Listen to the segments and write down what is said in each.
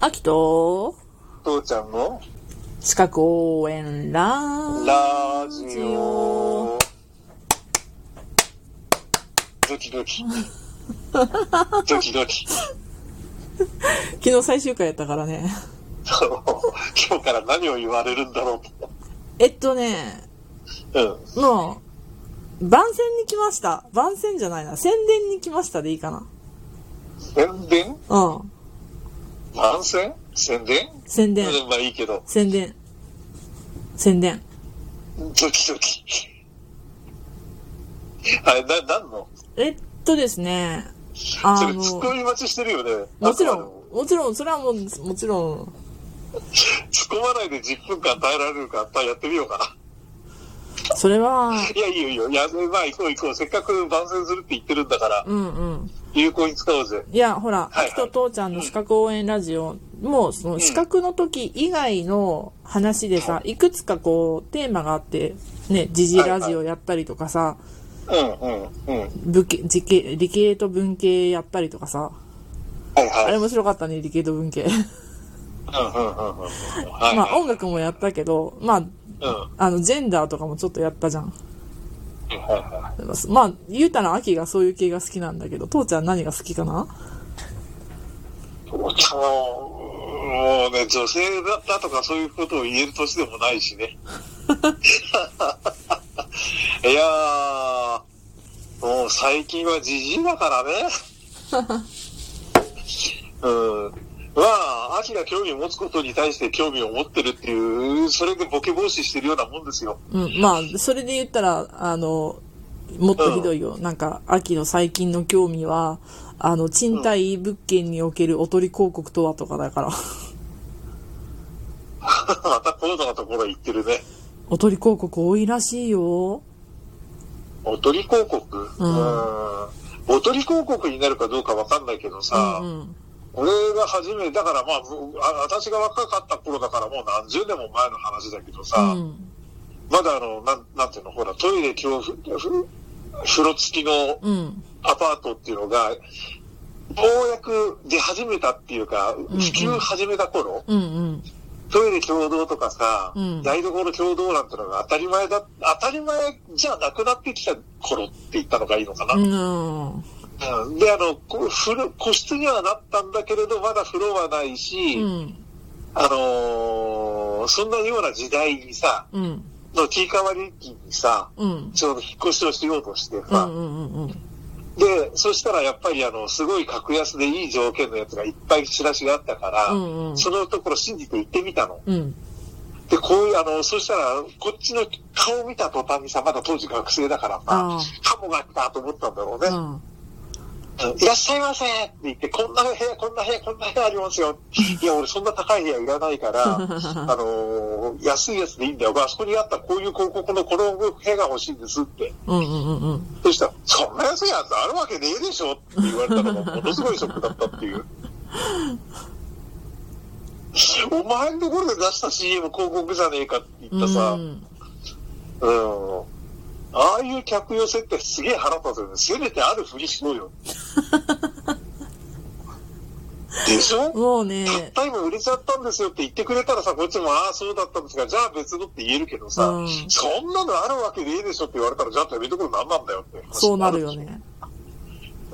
秋と父ちゃんの歯科公園ララジオドキ ドキドキドキ昨日最終回やったからね。 そう今日から何を言われるんだろえっとね、うともう、番宣に来ました。番宣じゃないな。宣伝に来ましたでいいかな。うん宣伝うん。番宣宣伝宣伝。うんまあいいけど宣伝。宣伝。ドキドキあれな何のえっとですね、そあれツッコの、ミ待ちしてるよねもちろあのん、もちろん、それはもう、もちろん、突っ込まないで10分間耐えられるかやってみようかなそれは、いや、いいよ、いいよ。いや、まあ、行こう、行こう。せっかく番宣するって言ってるんだから、うんうん。有効に使おうぜ。いや、ほら、はいはい秋と父ちゃんの資格応援ラジオ、もうその資格の時以外の話でさ、いくつかこう、テーマがあって、ね、時事ラジオやったりとかさ、うん、うん、うん。武家時系理系と文系やったりとかさ、はいあはい。れうん、うん、面白かったね、理系と文系。うん、うん。は い、まあはい。音楽もやったけど、まあ、うん、はあの、ジェンダーとかもちょっとやったじゃん。いは。まあ、言うたら秋がそういう系が好きなんだけど、父ちゃん何が好きかないもう、もうね、女性だったとかそういうことを言える年でもないしね。 いやー、もう最近はじじいだからね。 うん。まあ、秋が興味を持つことに対して興味を持ってるっていう、それでボケ防止してるようなもんですよ。 うん、まあ、それで言ったら、あの、もっとひどいよ。なんか、秋の最近の興味は、あの、賃貸物件におけるおとり広告とはとかだから。また高度なところへ行ってるね。おとり広告多いらしいよ。おとり広告うんおとり広告になるかどうかわかんないけどうさ、んうん。俺が初め、だからまあ、ぶあ私が若かった頃だからもう何十年も前の話だけどさ、うん。まだあの、なん、なんていうの、ほら、トイレ恐怖、ふ風呂付きのうん。アパートっていうのが、ようやく出始めたっていうか、普うん及始めた頃、うんうん。トイレ共同とかさ、うん台所共同なんてのが当たり前だ、当たり前じゃなくなってきた頃って言ったのがいいのかな。うん。うんで、あの、こ風呂個室にはなったんだけれど、まだ風呂はないし、うん。あのーそんなような時代にさ、うん。の切り替わり期にさ、うん。ちょうど引っ越しをしようとしてうさ、んうんうんうん。で、そしたらやっぱりあの、すごい格安でいい条件のやつがいっぱいチラシがあったから、うんうんそのところ信じて行ってみたの。うん。で、こういう、あの、そしたら、こっちの顔見た途端にさ、まだ当時学生だからあさ、カモが来たと思ったんだろうね。うん。いらっしゃいませって言って、こんな部屋、こんな部屋、こんな部屋あります よ。いや、俺そんな高い部屋いらないから、あのー安いやつでいいんだよ。あそこにあったこういう広告のこの部屋が欲しいんですって。うんうんうんうん。そしたら、そんな安いやつあるわけねえでしょって言われたのがものすごいショックだったっ ていう。お前のところで出した CM 広告じゃねえかって言ったさ、うんうん。ああいう客寄せってすげえ腹立つよね。せめてあるふりしろ よ。でしょもうね、たった今売れちゃったんですよって言ってくれたらさ、こっちもああそうだったんですが、じゃあ別のって言えるけどさ、うんそんなのあるわけねえでしょって言われたら、じゃあやめところなんなんだよって。そうなるよ。ね。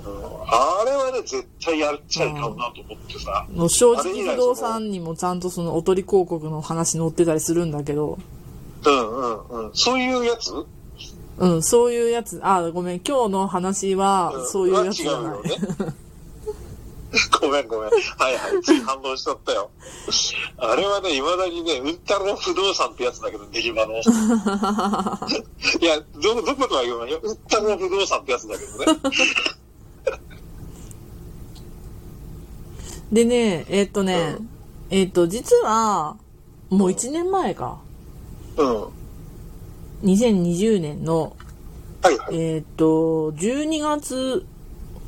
うん、あれはね、絶対やっちゃいかんなと思ってさ。もう正直不動産にもちゃんとそのおとり広告の話載ってたりするんだけど、うんうんうん。そういうやつうん、そういうやつ、あ、ごめん、今日の話は、そういうやつじゃない。は違う よね。ごめんごめん。はいはい。つい反応しちゃったよ。あれはね、未だにね、うんたろ不動産ってやつだけど、ねぎ まの。いや、ど、どことは言わないよ。うんたろ不動産ってやつだけどね。でね、えっとねうん、えっと、実は、もう1年前か。うん。は2020年の、いはい。えっと、12月、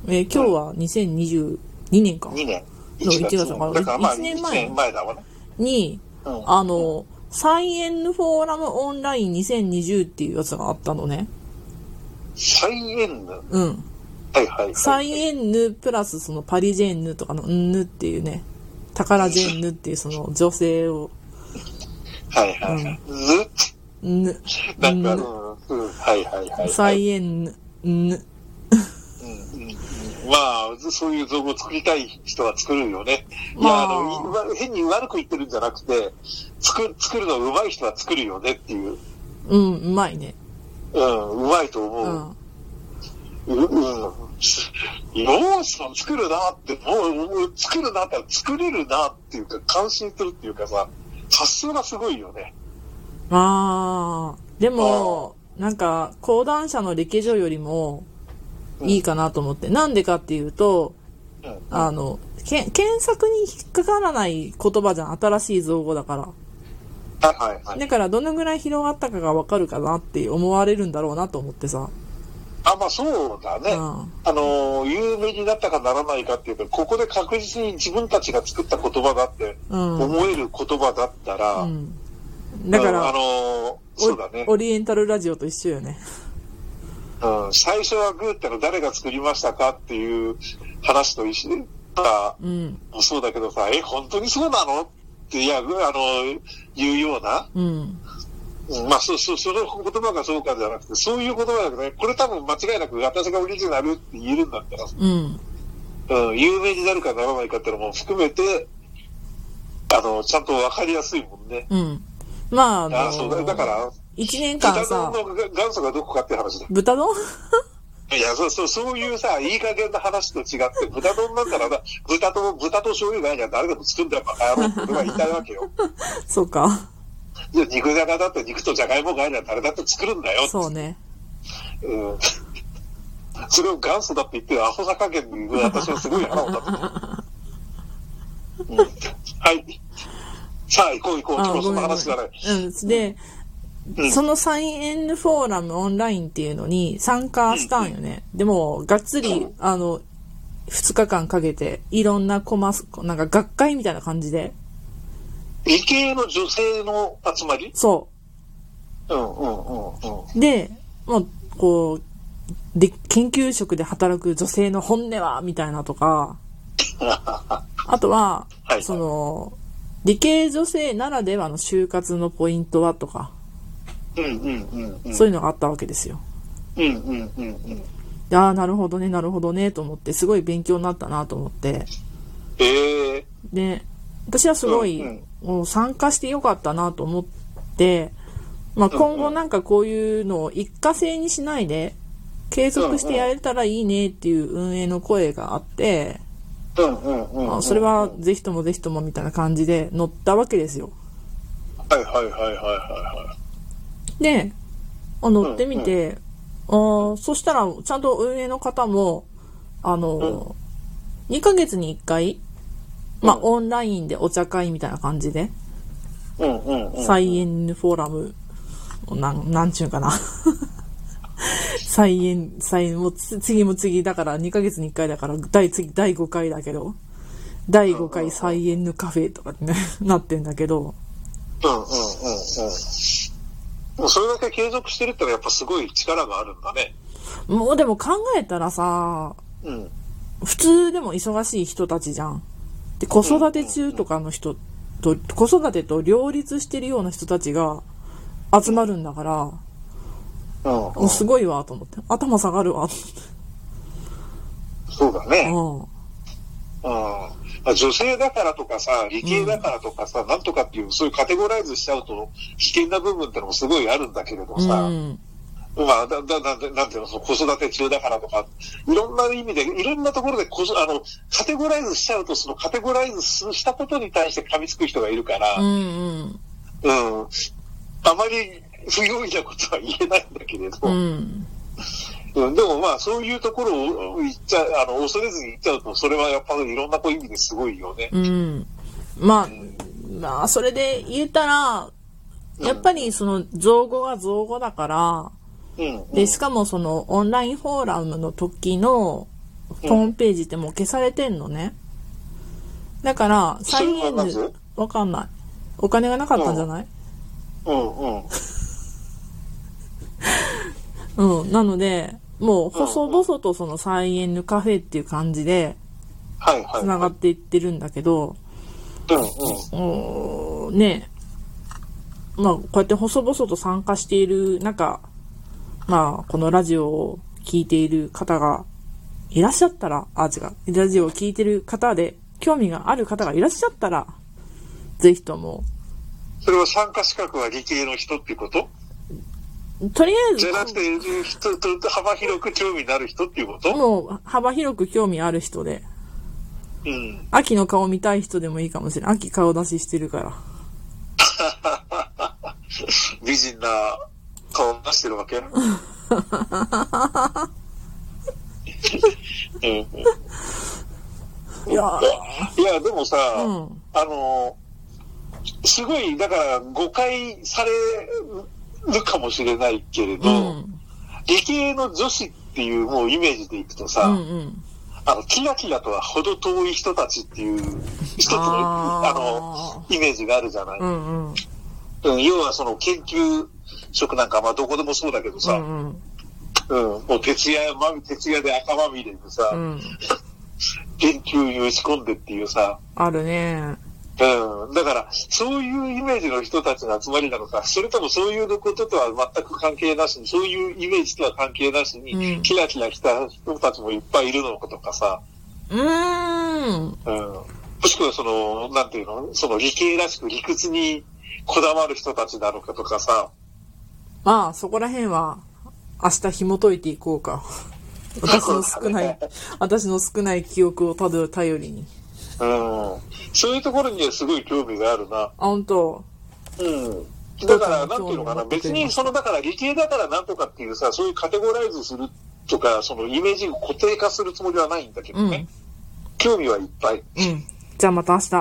えー今日は2022年か。 2年。そう1月だからだからまあ、 1 1年年前前だわね。に、うんあの、サイエンヌフォーラムオンライン2020っていうやつがあったのね。再現だ。うん。はいはいはい。サイエンヌプラスそのパリジェンヌとかのンヌっていうね、タカラジェンヌっていうその女性を、はいはいはい。ずぬ、なんか、ぬうん、うん、はいはいはい。再演ぬ、ぬ、うんうんうんまあ、ずそういう造語を作りたい人は作るよね。いまあや、あの、いうわ変に悪く言ってるんじゃなくて、作作るの上手い人は作るよねっていう。うん、うまいね。うん、上手いとう思う。ん。うん、うん。ようさん作るなって、もう、もう作るなって、作れるなっていうか、感心するっていうかさ、発想がすごいよね。まあ、でも、なんか、講談社の歴女よりも、いいかなと思って。なんでかっていうと、うん。あの、け検索に引っかからない言葉じゃん。新しい造語だから。はいはいはい。だからどのぐらい広がったかがわかるかなって思われるんだろうなと思ってさ。あ、まあそうだね。うんあの、有名になったかならないかっていうか、ここで確実に自分たちが作った言葉だってうん思える言葉だったら、うん。だかうんあら、の、オそうだね。オリエンタルラジオと一緒よね。うん、最初はグーっての誰が作りましたかっていう話と一緒だ、うん。そうだけどさ、え、本当にそうなのって、いや、グーあの、言うような、うん。うんまあ、そう、そう、その言葉がそうかじゃなくて、そういう言葉だけどね、これ多分間違いなく私がオリジナルって言えるんだったらさうん。うん、有名になるかならないかっていうのも含めて、あの、ちゃんとわかりやすいもんね。うん。まあ、あああ、そうだ、だから、一年間豚丼さの、元祖がどこかっていう話だ。豚丼 いや、そう、そう、そういうさ、いい加減な話と違って、豚丼なんだからな、豚と、豚と醤油がないじゃん、誰でも作るんだよ、バカ野郎って俺は言いたいわけよ。そうか。で肉じゃがだって肉とじゃがいもがないじゃん、誰だって作るんだよ。そうね。うん。それを元祖だって言ってるアホさ加減に私はすごい腹を立ててる。うんはい。さあ行こう行こう。あ今日ごそめのんごめ話じゃない。ん。うん。で、うんそのサイエンフォーラムオンラインっていうのに参加したんよね。でも、がっつり、あの、2日間かけて、いろんなコマス、なんか学会みたいな感じで、理系の女性の集まりそうんうんうんうん。う。で、もう、こう、で、研究職で働く女性の本音は、みたいなとか、あとは、はいその、理系女性ならではの就活のポイントはとか、うんうんうんうん。そういうのがあったわけですよ。うんうんうんうん。でああ、なるほどね、なるほどね、と思って、すごい勉強になったなと思って。ええで、私はすごい、うんもう参加してよかったなと思って、まあ、今後なんかこういうのを一過性にしないで、継続してやれたらいいねっていう運営の声があって、うんうんうんうん。あそれはぜひともぜひともみたいな感じで乗ったわけですよ。はいはいはいはいはいはい。で、あ乗ってみて、あーそしたら、ちゃんと運営の方も、あの、2ヶ月に1回、まあ、うんオンラインでお茶会みたいな感じで、うんうんうん。サイエンヌフォーラム、なん、なんちゅうん かな。サイエン、サイエン、もうつ次も次だから、2ヶ月に1回だから、第、次、第5回だけど、第5うんう回んサイエンヌカフェとかってね、 なってんだけど、うんうんうんうん。もうそれだけ継続してるってのはやっぱすごい力があるんだね。もうでも考えたらさ、うん。普通でも忙しい人たちじゃん。で、子育て中とかの人と、子育てと両立してるような人たちが集まるんだから、うん、もうすごいわと思って。頭下がるわ。そうだね。うん。うん女性だからとかさ、理系だからとかさ、なんとかっていう、そういうカテゴライズしちゃうと危険な部分ってのもすごいあるんだけれどさ、うん。まあ、だ、だ、だ、だなんていうの、その子育て中だからとか、いろんな意味で、いろんなところでこそ、あの、カテゴライズしちゃうと、そのカテゴライズすしたことに対して噛みつく人がいるから、ううん。んあまり不用意なことは言えないんだけれど、うん。うん。うん、でもまあ、そういうところを言っちゃう、あの、恐れずに言っちゃうと、それはやっぱりいろんなこう意味ですごいよね。うん。まあ、まあ、それで言えたら、やっぱりその造語が造語だから、うん。うんで、しかもそのオンラインフォーラムの時のホームページってもう消されてんのね。だから、そサれイエはンなぜヌ、わかんない。お金がなかったんじゃないうんうん。うん。なので、もう細々とそのサイエンヌカフェっていう感じではいはい。繋がっていってるんだけど、うんうん。おーねえまあ、こうやって細々と参加している中、まあ、このラジオを聞いている方がいらっしゃったら、あ、違う、ラジオを聞いてる方で、興味がある方がいらっしゃったら、ぜひとも、それは参加資格は理系の人ってこととりあえじゃなくず、て、人と幅広く興味のある人っていうこともう幅広く興味ある人で、うん。秋の顔見たい人でもいいかもしれない。秋顔出ししてるから。美人な顔出してるわ けうんうんいや、いや、でもさ、うんあの、すごい、だから誤解されるかもしれないけれうど、ん、理系の女子っていうもうイメージでいくとさ、うん、うん。あの、キラキラとは程遠い人たちっていう、一つの、ああの、イメージがあるじゃない。うん、うん、うん要はその研究職なんか、まあどこでもそうだけどうさ、ん、うん、うん、もう徹夜、まみ、徹夜で赤まみれでさ、うん。研究に打ち込んでっていうさ、あるね。うん。だから、そういうイメージの人たちの集まりなのか、それともそういうこととは全く関係なしに、そういうイメージとは関係なしに、うんキラキラした人たちもいっぱいいるのかとかさ、うーん。うん。もしくはその、なんていうの、その理系らしく理屈にこだわる人たちなのかとかさ、まあ、そこら辺は、明日紐解いていこうか。私の少ない、私の少ない記憶をたどる頼りに。うん。そういうところにはすごい興味があるな。あ、本当うん。どだうか、からななんていうの興味を持かな、って別くれまにしその、だから理系だからなんとかっていうさ、そういうカテゴライズするとか、そのイメージを固定化するつもりはないんだけどうん。うねん。。興味はいっぱい。じゃあまた明日。